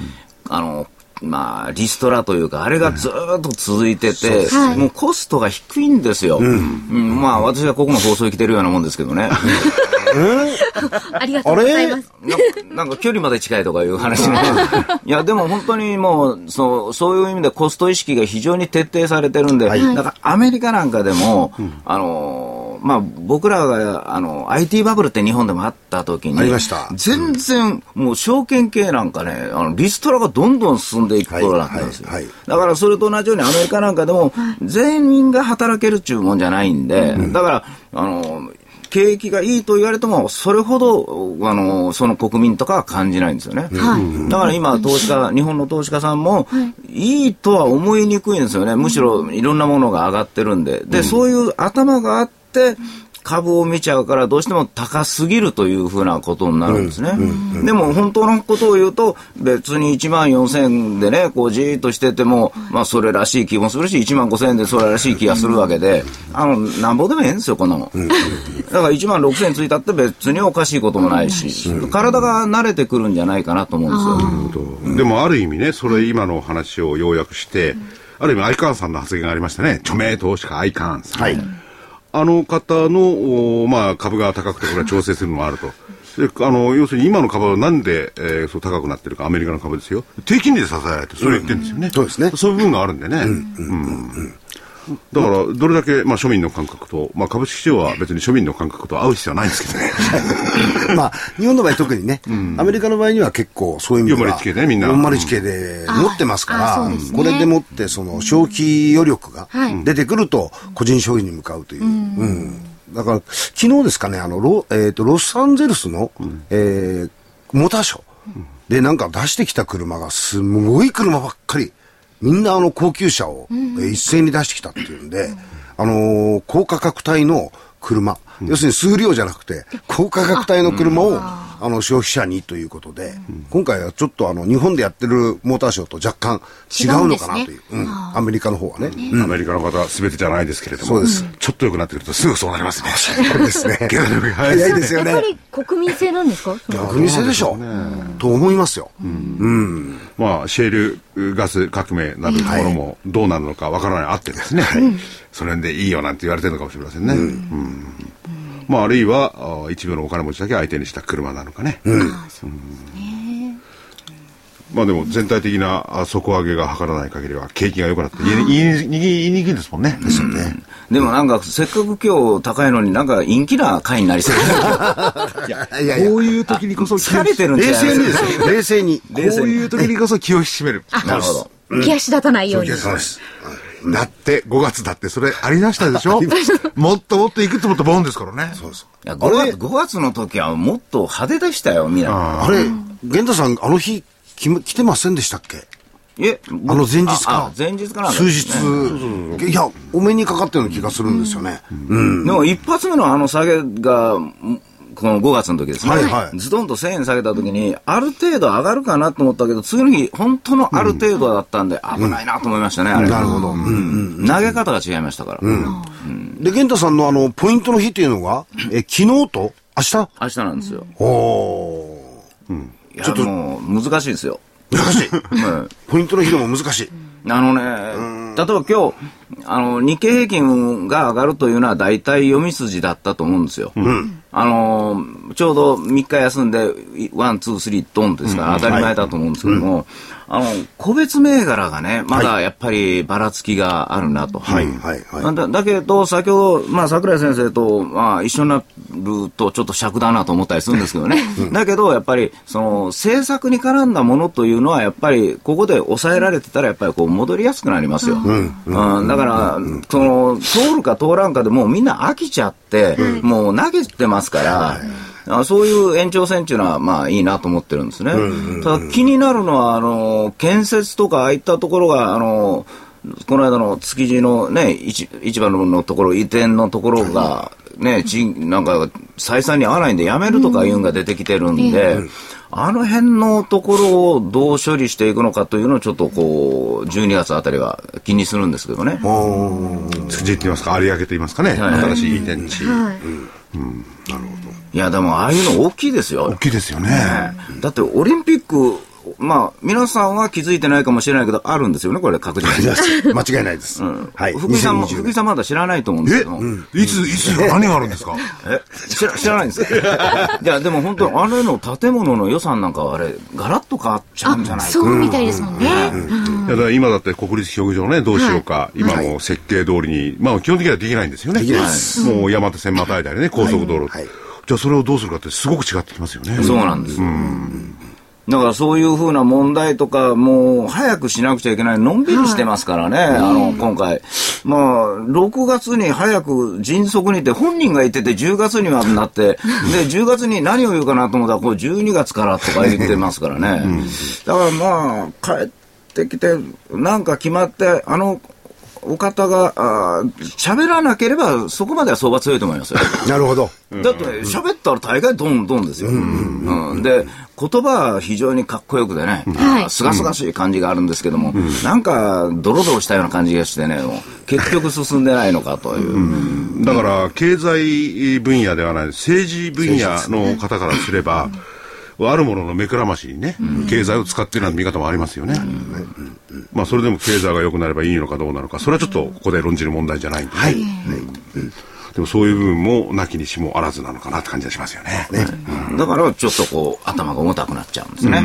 あのまあ、リストラというか、あれがずーっと続いてて、
はい
もうコストが低いんですよ、うんまあ、私はここの放送に来てるようなもんですけどね。
ありがとうございます。
な なんか距離まで近いとかいう 話ね。いや、でも本当にもう、そう、そういう意味でコスト意識が非常に徹底されてるんで、だからアメリカなんかでも、あのー、まあ、僕らが、あの、IT バブルって日本でもあった時に、
ありました
全然、もう証券系なんかね、あの、リストラがどんどん進んでいく頃だったんですよ。
はいはいはい
だからそれと同じようにアメリカなんかでも全員が働けるっちゅうもんじゃないんで、だから、あの、景気がいいと言われても、それほど、あの、その国民とかは感じないんですよね。だから今、投資家、日本の投資家さんも、いいとは思いにくいんですよね。むしろいろんなものが上がってるんで。で、そういう頭があって、株を見ちゃうからどうしても高すぎるというふうなことになるんですね。でも本当のことを言うと別に1万4000円でね、こうじーっとしてても、まあそれらしい気もするし、1万5000円でそれらしい気がするわけで、あの、なんぼでもええんですよ、こんなの。だから1万6000円ついたって別におかしいこともないし、体が慣れてくるんじゃないかなと思うんですよ。
でもある意味ね、それ今の話を要約して、ある意味、アイカーンさんの発言がありましたね。著名投資家アイカーンさん。
はい。
あの方の、おまあ、株が高くて、これは調整するのもあると。であの要するに今の株はなんで、えーそう高くなってるか、アメリカの株ですよ、低金利で支えられてる、それを言ってるんですよね、
そうですね
そういう部分があるんでね、うんだから、どれだけ、まあ、庶民の感覚と、まあ、株式市場は別に庶民の感覚と合う必要はないんですけどね。
まあ、日本の場合特にね、アメリカの場合には結構そういう意味では、
401系ねみんな
401系で持ってますから、
ああそうですね
これでもって、その、消費余力が
はい
出てくると、個人消費に向かうという。うんだから、昨日ですかね、あの、ロ,、えー、とロサンゼルスの、えーモーターショーでなんか出してきた車がすごい車ばっかり、みんなあの高級車を、えー一斉に出してきたっていうんで、あのー高価格帯の車、要するに数量じゃなくて、高価格帯の車を、あの、消費者にということで、今回はちょっとあの、日本でやってるモーターショーと若干違うのかなと
違
いう。
う
うんアメリカの方はね。
アメリカの方は全てじゃないですけれども、
そうです
ちょっと良くなってくるとすぐそうなりますね。
そうですね。
経済力が早いで
早
す
いですよね
やっ。ぱり国民性なんですか
逆にせでしょ。と思いますよ。うん。
まあ、シェールガス革命なるところもどうなるのかわからない、あってですね、それでいいよなんて言われてるのかもしれませんね。うんまあ、あるいは、あー一部のお金持ちだけ相手にした車なのかね。
ああそう
まあでも全体的なあ底上げが図らない限りは景気が良くなって言いに言いに言いにくいですもんね。ですよね。
でもなんか、せっかく今日高いのになんか陰気な回になりそう。
いやいやいや
こういう時にこそ気を
疲れてるんじ
冷
ゃないで
静
す
に
か
ですよ。冷静に。
こういう時にこそ気を引き締める。
なるほど。
浮き足立たないように。
そうです。
だって5月だってそれありだしたでしょもっともっといくってもっとボーンですからね。そうです。
いや 5, 月5月の時はもっと派手でしたよ、みんな。
あ
あれ、玄太さん、あの日、来ま来てませんでしたっけ
え、あ
あの前日か
あ前日かなんだ
数日、いや、お目にかかってるような気がするんですよね。うん。
でも一発目のあの下げが、んこの5月の時ですね、
はいはい
ズドンと1000円下げた時に、ある程度上がるかなと思ったけど、次の日、本当のある程度だったんで、危ないなと思いましたね、あれ。
なるほど。
投げ方が違いましたから。
で、玄太さんのあの、ポイントの日っていうのが、え、昨日と明日
明日なんですよ。
おお
いや、ちょっともう難しいですよ。
ー。難しい。
うん
ポイントの日でも難しい。
あのね、例えば今日、あの、日経平均が上がるというのは大体読み筋だったと思うんですよ。あの、ちょうど3日休んで、いワン、ツー、スリー、ドンですから当たり前だと思うんですけども、あの、個別銘柄がね、まだやっぱりばらつきがあるなと。
はい、はい、はい。
だだけど、先ほど、まあ、桜井先生と、まあ、一緒になると、ちょっと尺だなと思ったりするんですけど ね。だけど、やっぱり、その、政策に絡んだものというのは、やっぱり、ここで抑えられてたら、やっぱり、こう、戻りやすくなりますよ。うんだから、その、通るか通らんかでもうみんな飽きちゃって、もう投げてますから、あそういう延長線っていうのは、まあいいなと思ってるんですね。ただ気になるのは、あの、建設とかああいったところが、あの、この間の築地のね、市市場のところ、移転のところが、ね、ちなんか、採算に合わないんで、やめるとかいうんが出てきてるんで、あの辺のところをどう処理していくのかというのを、ちょっとこう、12月あたりは気にするんですけどね。
築地って言いますか、有明と言いますかね。
はい
新しい移転地。
はい。
いや、でも、ああいうの大きいですよ
大。きいですよね。
だって、オリンピック、まあ、皆さんは気づいてないかもしれないけど、あるんですよね、これ、確実に。
間違いないです。はい。
福井さんも、
2020
福
年
井さんまだ知らないと思うんです
え
けども。
いつ、 いつ、何があるんですか
え知ら知らないんですか いや、でも本当にあれの建物の予算なんかはあれ、ガラッと変わっちゃうんじゃ
あ、
ない
そ
か。
うみたいですもんね。
いやだから今だって国立競技場ね、どうしようか。今もう設計通りに、まあ基本的にはできないんですよね。
できないで
もう山手線またいだりね、高速道路。
はいはい
じゃあそれをどうするかってすごく違ってきますよね。
そうなんです。だからそういうふうな問題とか、もう早くしなくちゃいけない、のんびりしてますからね、あの、今回。まあ、6月に早く迅速にって、本人が言ってて、10月にはなって、 で、10月に何を言うかなと思ったら、こう、12月からとか言ってますからね。だからまあ、帰ってきて、なんか決まって、あの、お方が、あー喋らなければ、そこまでは相場強いと思いますよ。
なるほど。
だって喋ったら大概ドンドンですよ。うんで言葉は非常にかっこよくてね
は、い
すがすがしい感じがあるんですけども、なんかドロドロしたような感じがしてね、もう結局進んでないのかという。
だから、経済分野ではない、政治分野の方からすれば、あるものの目くらましにね、経済を使ってるなんて見方もありますよね。まあ、それでも経済が良くなればいいのかどうなのか、それはちょっとここで論じる問題じゃないんで、はい。でもそういう部分も、なきにしもあらずなのかなって感じがしますよね。
だからちょっとこう頭が重たくなっちゃうんですね。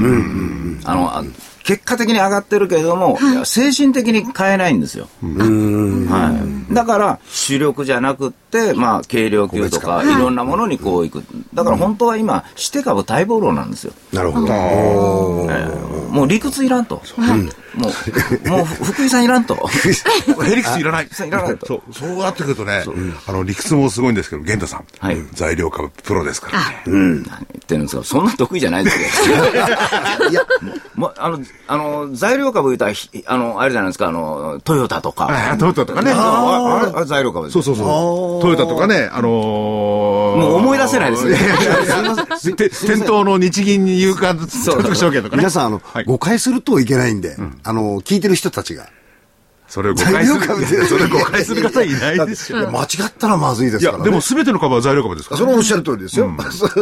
あのあ結果的に上がってるけれども、いや精神的に変えないんですよ。はい、だから主力じゃなくって、まあ、軽量級とかいろんなものにこういくだから本当は今して株待望論なんですよ。
なるほど。
えーもう理屈いらんと。もう、もう 福井さんいらんと。
ヘリクスいらない。
いらないと
そう、そうなってくるとね、あの、理屈もすごいんですけど、玄太さん。
はい
材料株プロですからね。
何言ってるんですかそんな得意じゃないですよ。 いや、 もうあの、あの、材料株言うたら、ひあの、あれじゃないですか、あの、トヨタとか。
あトヨタとかね。
ああれあれ材料株です
そうそうそう。トヨタとかね、あのー。
もう思い出せないです ね
て店頭の日銀に有価
そう
取得証券とか ね。
皆さん、あの、
はい
誤解するといけないんで、あの、聞いてる人たちが。
それを誤解する。い やそれを誤解する方いないでしょ。
だって間違ったらまずいで
い
すから
や、
ね。
でも全ての株は材料株ですから
それはおっしゃる通りですよ。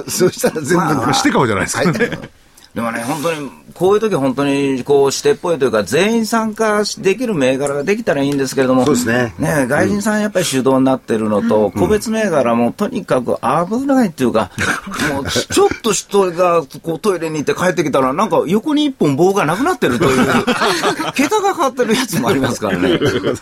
そそしたら全部、
まあ
して株じゃないですからね。
でもね、本当に、こういう時本当に、こう、してっぽいというか、全員参加できる銘柄ができたらいいんですけれども、
そうですね
外人さんやっぱり主導になってるのと、個別銘柄もとにかく危ないとい うか、もう、ちょっと人が、こう、トイレに行って帰ってきたら、なんか横に一本棒がなくなってると いう、桁が変わってるやつもありますからね。うん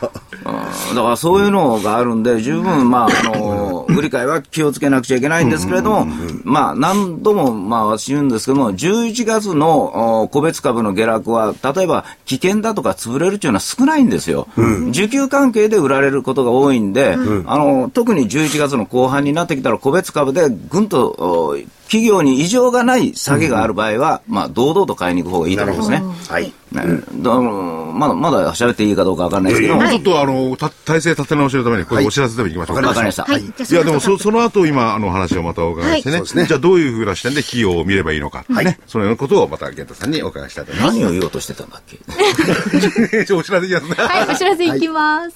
だからそういうのがあるんで、十分、まあ、あの、売り買いは気をつけなくちゃいけないんですけれども、まあ、何度も、まあ、私言うんですけども、11月のお個別株の下落は、例えば、危険だとか潰れるというのは少ないんですよ。需給関係で売られることが多いんで、あの、特に11月の後半になってきたら、個別株でぐんと、お企業に異常がない下げがある場合は、まあ、堂々と買いに行く方がいいと思いますね。
はい。
ねだからまだ、まだ喋っていいかどうかわかんないですけど
も
も、
うちょっとあの、た体制立て直しのために、これお知らせでも行きましょう
わかりました。
はい。じゃあ
いや、でも
その後
そ、その後今、あの、お話をまたお伺いして
はいそうですね
ね。じゃあ、どういうふうな視点で企業を見ればいいのか、ね。そのようなことを、また、玄太さんにお伺いしたいと思いま
何を言おうとしてたんだっけ
す。お知らせいきますね。
はい、お知らせいきます。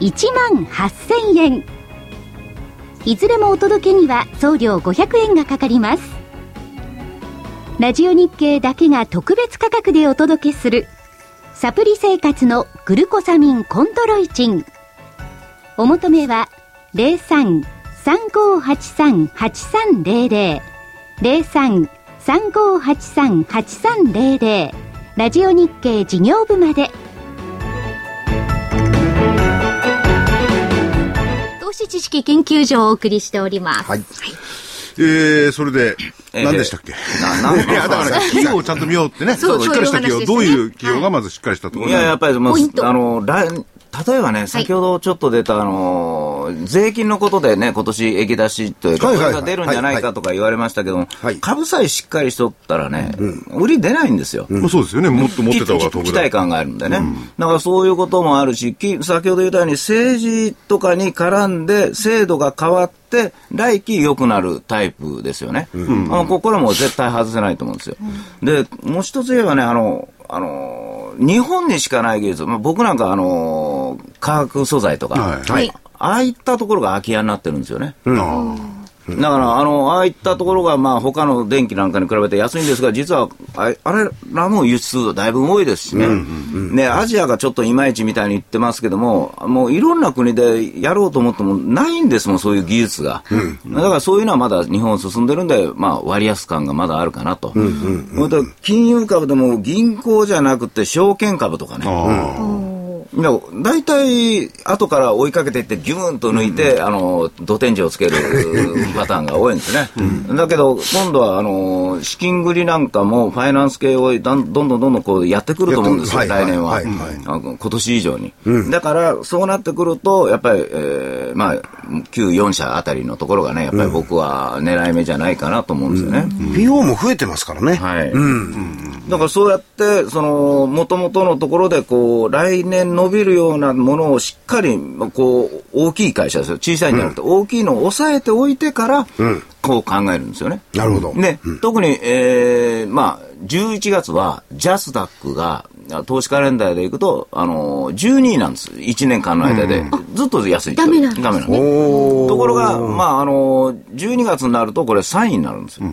1万8000円いずれもお届けには送料500円がかかりますラジオ日経だけが特別価格でお届けするサプリ生活のグルコサミンコンドロイチンお求めは03-3583-8300 03-3583-8300ラジオ日経事業部まで投資知識研究所をお送りしております。
はい。
えー、それで、
えー
何でしたっけ
ななん
いや、だから、企業をちゃんと見ようってね。
そう
しっかりした企業、ど
そう
う
いうお話ですね
いう企業がまずしっかりしたところ
いや、やっぱり、ま
ポイント
あ、あの、来、例えばね、先ほどちょっと出た、あの、税金のことでね、今年、益出しというか、
はい
こ
はいはい
れが出るんじゃないかとか言われましたけども
はい、
株さえしっかりしとったらね、売り出ないんですよ。
まあそうですよね。もっと持ってた方が
き
得
期
だ
待。感があるんでね、だからそういうこともあるし、き先ほど言ったように、政治とかに絡んで、制度が変わって、来期良くなるタイプですよね、あここれはもう絶対外せないと思うんですよ。でもう一つ言えばねあのあの日本にしかない技術、まあ、僕なんかあの化学素材とか、
はい
はい
ああいったところが空き家になってるんですよね。
うん
だから、あの、ああいったところが、まあ、他の電気なんかに比べて安いんですが、実は、ああれらも輸出だいぶ多いですしね。ね、アジアがちょっといまいちみたいに言ってますけども、もういろんな国でやろうと思ってもないんですもん、そういう技術が。だからそういうのはまだ日本進んでるんで、まあ、割安感がまだあるかなと。それと金融株でも銀行じゃなくて証券株とかね。
ああ。
にいや大体、後から追いかけていって、ギューンと抜いて、あの土天井をつける パターンが多いんですね。だけど、今度はあの資金繰りなんかも、ファイナンス系をだんどんどんどんどんこうやってくると思うんですよ、
やってくる
来年は、
はいはいはい
あの今年以上に。だから、そうなってくると、やっぱり、えーまあ、旧4社あたりのところがね、やっぱり僕は狙い目じゃないかなと思うんですよね。
PO も増えてますからね。
はい。だからそうやって、その、元々のところで、こう、来年伸びるようなものをしっかり、まあこう、大きい会社ですよ。小さいんじゃなくて、大きいのを抑えておいてから、こう考えるんですよね。
なるほど。
ね、特に、えーまあ、11月は、ジャスダックが、あ投資カレンダーでいくと、あのー、12位なんです。1年間の間で。ずっと安い。
ダメなんですね
ダメなんです。
おー
ところが、まあ、あのー、12月になると、これ3位になるんですよ。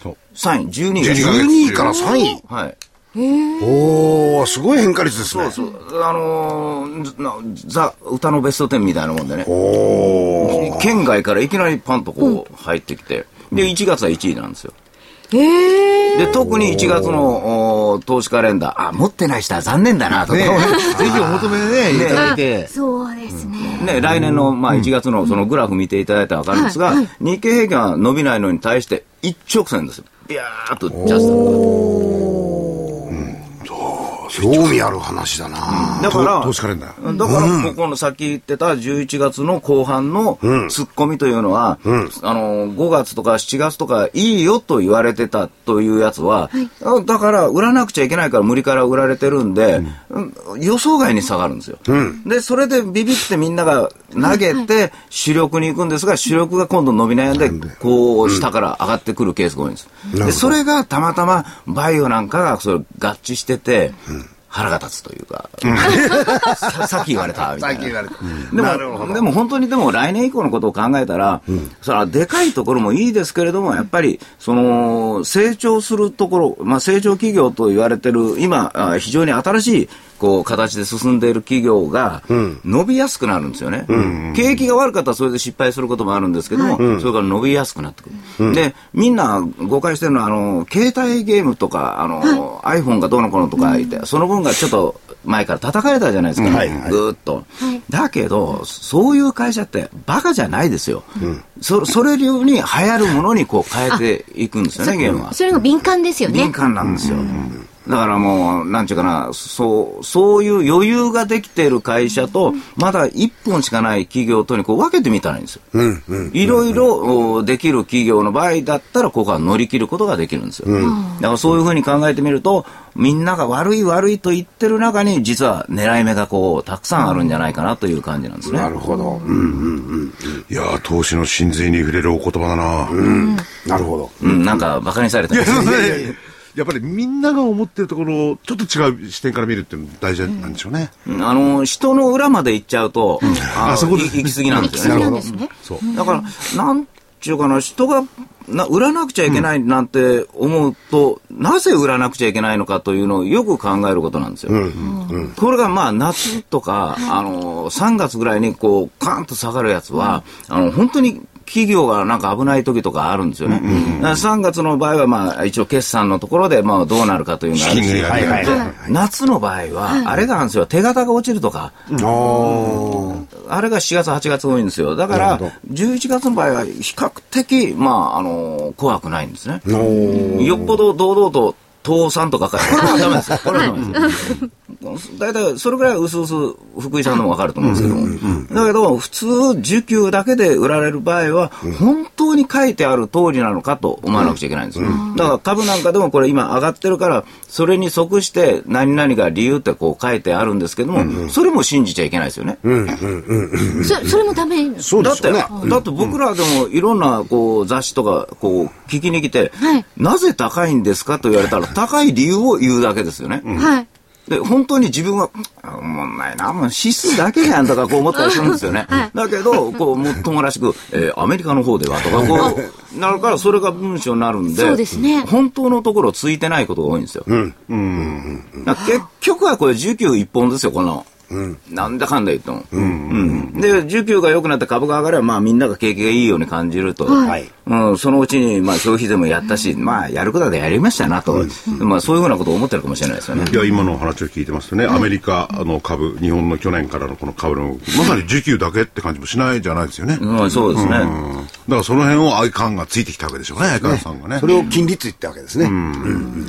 そう。
3位、12位が
12
12位から3位。
はい。
おー、すごい変化率ですね。
そうそう。あのーずなザ、歌のベスト10みたいなもんでね。
おー。
県外からいきなりパンとこう入ってきて。で、1月は1位なんですよ。
ええ
で、特に1月のおー投資カレンダー、あ、持ってない人は残念だな、とか。
ね、ぜひお求めでね、いただいて。
そうですね。
ね、来年の、まあ、1月のそのグラフ見ていただいたら分かるんですが、
はいはい
日経平均は伸びないのに対して一直線ですよ。ビャーっとジャスダック
興味ある話だな、
だから、
投資カレンダー。
だから、ここの先言ってた11月の後半のツッコミというのは、あの、5月とか7月とかいいよと言われてたというやつは、あだから、売らなくちゃいけないから無理から売られてるんで、うん予想外に下がるんですよ。で、それでビビってみんなが投げて主力に行くんですが、主力が今度伸び悩んで、こう、下から上がってくるケースが多いんです。で、それがたまたまバイオなんかがそれ合致してて、腹が立つというか、さ さっき言われたみたいな。
言われた。
でも、でも本当にでも来年以降のことを考えたら、それはでかいところもいいですけれども、やっぱり、その、成長するところ、まあ成長企業と言われてる、今、あ非常に新しい、こう、形で進んでいる企業が、伸びやすくなるんですよね。景気が悪かったらそれで失敗することもあるんですけども、それから伸びやすくなってくる。で、みんな誤解してるのは、あの、携帯ゲームとか、あの、iPhone がどうのこうのとか言って、その分がちょっと前から叩かれたじゃないですか、ぐーっと。だけど、そういう会社ってバカじゃないですよ。そそれ流に流行るものにこう変えていくんですよね、ゲームは。
それが敏感ですよね
敏。感なんですよ。だからもう、なんちゅうかな、そう、そういう余裕ができている会社と、まだ1本しかない企業とにこう分けてみたらいいんですよ。いろいろおできる企業の場合だったら、ここは乗り切ることができるんですよ。だからそういうふうに考えてみると、みんなが悪い悪いと言ってる中に、実は狙い目がこう、たくさんあるんじゃないかなという感じなんですね。
なるほど、うん
いやー、投資の真髄に触れるお言葉だな。
なるほど
うん、なんか、馬鹿にされた
い
ん
や、
です
そ
よ
うね。やっぱりみんなが思ってるところをちょっと違う視点から見るっていうのも大事なんでしょうね。
うんあの、人の裏まで行っちゃうと、あ
あそこで
い
す
行き過ぎなん
行
で
き
す
過
よ
ぎ
ね
な。んですね。
そう。
だから、なんちゅうかな、人がな売らなくちゃいけないなんて思うと、なぜ売らなくちゃいけないのかというのをよく考えることなんですよ。これがまあ夏とか、あの3月ぐらいにこうカーンと下がるやつは、あの本当に企業がなんか危ない時とかあるんですよね。だから3月の場合はまあ一応決算のところでまあどうなるかというのがある
資金繰り
し、
がね
で夏の場合はあれがあるんですよ、手形が落ちるとか、
ああ
あれが4月、8月多いんですよ。だから、11月の場合は比較的、まあ、あの、怖くないんですね。よっぽど堂々と、倒産とか書いて これはダメですよ。これはダメですよ。大体、それぐらい薄々、福井さんのもわかると思うんですけども。だけど、普通、受給だけで売られる場合は、本当に書いてある通りなのかと思わなくちゃいけないんですよ。だから、株なんかでもこれ今上がってるから、それに即して、何々が理由ってこう書いてあるんですけども、それも信じちゃいけないですよね。
そそれもダメ。は
そう
だ
で
っ
す
て、
よね
だって僕らでもいろんなこう雑誌とかこう聞きに来て、
はい
なぜ高いんですかと言われたら、高い理由を言うだけですよね。
い。
で、本当に自分は、あおもんないな、もう指数だけやんとかこう思ったりするんですよね。だけど、こう、もっともらしく、えーアメリカの方ではとか、こう、なるからそれが文章になるんで、
そうですね
本当のところついてないことが多いんですよ。だから結局はこれ19一本ですよ、この。なんだかんだ言っても。うんで、需給が良くなって株が上がれば、まあみんなが景気がいいように感じると。
はい
うん、そのうちに、まあ消費税もやったし、まあやることはやりましたなと。まあそういうふうなことを思ってるかもしれないですよね。
いや、今のお話を聞いてますとね、アメリカの株、日本の去年からのこの株の動き、まさに需給だけって感じもしないじゃないですよね。うん
うん、そうですね。
だからその辺を相関がついてきたわけでしょうね、相川さんがね。
それを金利って言ったわけですね。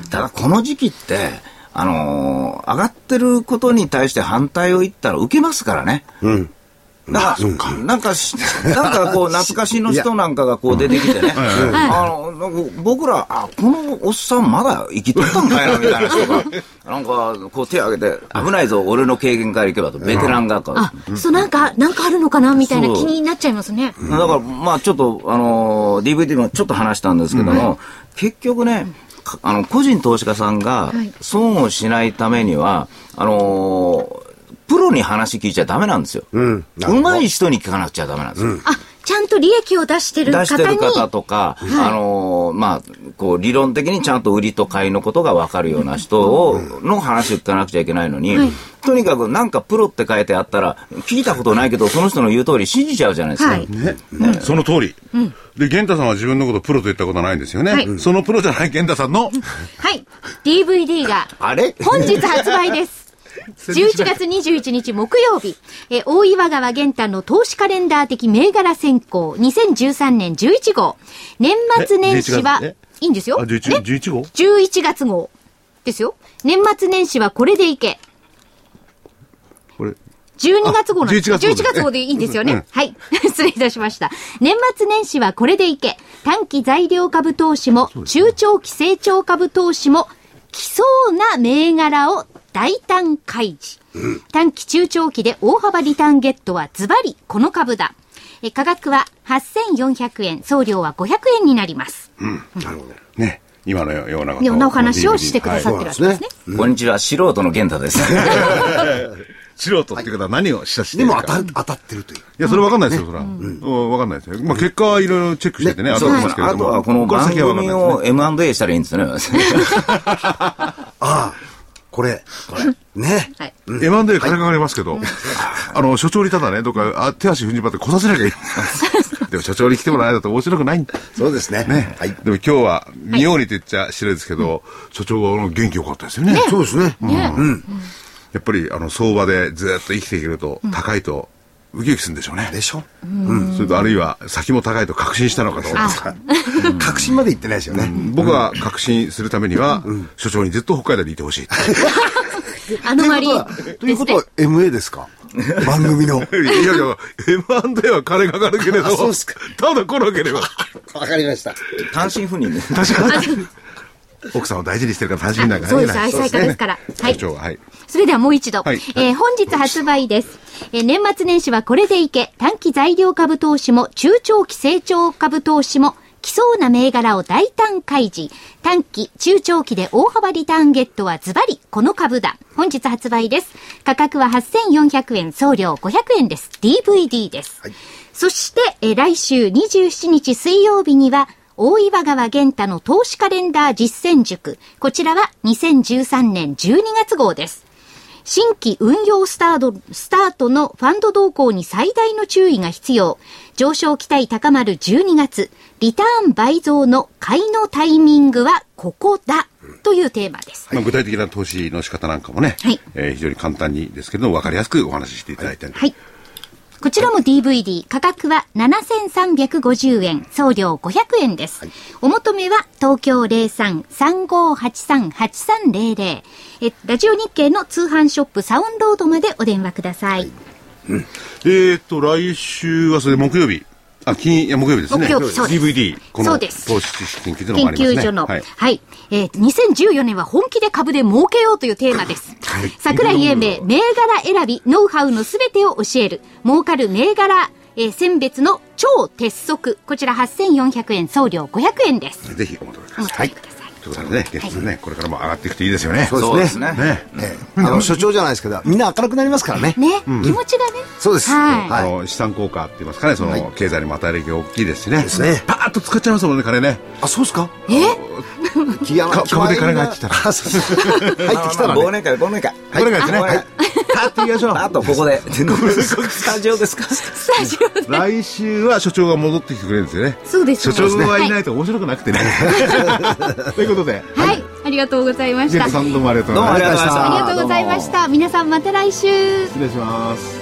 ただこの時期って、あのー上がってることに対して反対を言ったら受けますからね。だから、なんかし、なんかこう、懐かしの人なんかがこう出てきてね、あの、なんか僕ら、あ、このおっさんまだ生きとったんかいな、みたいな人が、なんか、こう手を挙げて、危ないぞ、俺の経験からいけばと、ベテランがこう、
あ、そう、なんか、なんかあるのかなみたいな
そう
気になっちゃいますね。
だから、まあちょっと、あのー DVD もちょっと話したんですけども、結局ね、かあの、個人投資家さんが
はい
損をしないためには、あのープロに話聞いちゃダメなんですよ。うん
なるほど
まい人に聞かなくちゃダメなんですよ。
あ、ちゃんと利益を出してる
出して
方
る
に、
方とか、あのーまあ、こう、理論的にちゃんと売りと買いのことが分かるような人を、の話を聞かなくちゃいけないのに、とにかくなんかプロって書いてあったら、聞いたことないけど、その人の言う通り信じちゃうじゃないですか。
はい。
ね、その通り、で源太さんは自分のことプロと言ったことないんですよね、
はい
うんそのプロじゃない源太さんの
はい。DVD が、
あれ
本日発売 です。11月21日木曜日、えー大岩川玄太の投資カレンダー的銘柄選考2013年11号。年末年始は
え11月ね、
いいんですよ。
あ11
ね
11号
11月号ですよ。年末年始はこれでいけ。
これ
12月号なんです。
あ11月号
11
で
月号でいいんですよね。
うん
はい。失礼いたしました。年末年始はこれでいけ。短期材料株投資も、中長期成長株投資も、来そうな銘柄を大胆開示。短期中長期で大幅リターンゲットはズバリこの株だ。え価格は8400円、送料は500円になります。
ね今のようなこと
ようなお話をしてくださってるわけですね。
こんにちは、素人の源太です。
素人っていう方は何をしたして
で
る
も
か
当たる当たってるという。
いやそれ分かんないですよ、それは、うん分かんないですよ、まあ、結果はいろいろチェックしててね当
そ
た
う
っ
で
て
す
ますけれ
ねあ
ども
とはこの
これ
番
先は分かん
組
ないです
を
ね
M&A したらいいんですね。
ああ、これ。これ。ね。
はい。
M&A 金かかりますけど、あの、所長にただね、どっかあ手足踏んじばって来させなきゃいい。 でも所長に来てもらわないと面白くないんだ。
そうですね。
ね。
はい。
でも今日は、妙にと言っちゃ失礼ですけど、所長はあの元気良かったですよね。
そうですね。
ね
やっぱりあの相場でずっと生きていけると、高いとウキウキするんでしょうね。
でしょ
それとあるいは先も高いと確信したのかと思います
あ
確信まで言ってないですよね。
僕は確信するためには、所長にずっと北海道にいてほしい。
あの割
ということはという
です
こと
ね
は。MA ですか番組 の。
いやいや、M&A は金かかるけれど、
あそうっすか
ただ来なければ、
わかりました。
単身赴任で。
奥さんを大事にしてるから楽しみなんか
そうです。愛妻家ですから。はい
所。長は、はい。
それではもう一度。
はい
えー本日発売です。えー年末年始はこれでいけ。短期材料株投資も、中長期成長株投資も、来そうな銘柄を大胆開示。短期、中長期で大幅リターンゲットはズバリ、この株だ。本日発売です。価格は8400円、送料500円です。DVD です。そして、えー来週27日水曜日には、大岩川源太の投資カレンダー実践塾。こちらは2013年12月号です。新規運用スタート、スタートのファンド動向に最大の注意が必要。上昇期待高まる12月。リターン倍増の買いのタイミングはここだ。というテーマです。
まあ、具体的な投資の仕方なんかもね、
はい
えー非常に簡単にですけれども、分かりやすくお話ししていただいて、
はい。こちらも DVD、価格は7350円、送料500円です。お求めは東京03-3583-8300。えラジオ日経の通販ショップサウンロードまでお電話ください。
えっ、ー、と、来週はそれ木曜日。あ、金、いや、木曜日ですね。
木曜日そうです
DVD、こ
そう
の
です
投資知識研究所のも
研
ありますね。
究所の、は
はいい、
えー2014年は本気で株で儲けようというテーマです。桜井英明、銘柄選び、ノウハウのすべてを教える、儲かる銘柄、えー選別の超鉄則、こちら8400円、送料500円です。
ぜひお求めく
お
ださ
求め
い。
ください。
ということでね、ゲストね、これからも上がっていくといいですよね。
そうですね。
ね。
ね。
ええあの、所長じゃないですけど、みんな明るくなりますからね。
ね、気持ちがね。
そうです。
はい
あ
はい。
の資産効果って言いますかね、その経済にも与える影響大きいですしね。
すね
パーッと使っちゃいますもんね、金ね。
あ、そうですか
え
気が
か株で金が入ってきたら
ら。あそうそう入ってきたらね。
忘年会、忘年会。
これがですね。はい。
ーっと言いましょう。
あと、ここで。スタジオですか
スタジオ
来週は所長が戻ってきてくれるんですよね。
そうです
所
ね
長がいないと面白くなくてね。 ということで、
はい、はいありがとうございまし
ゲン
た
トさんどうもありがとうございました。
どうもありがとうござい
ありがとうご
ました
ざいました皆さんまた来週
失礼します。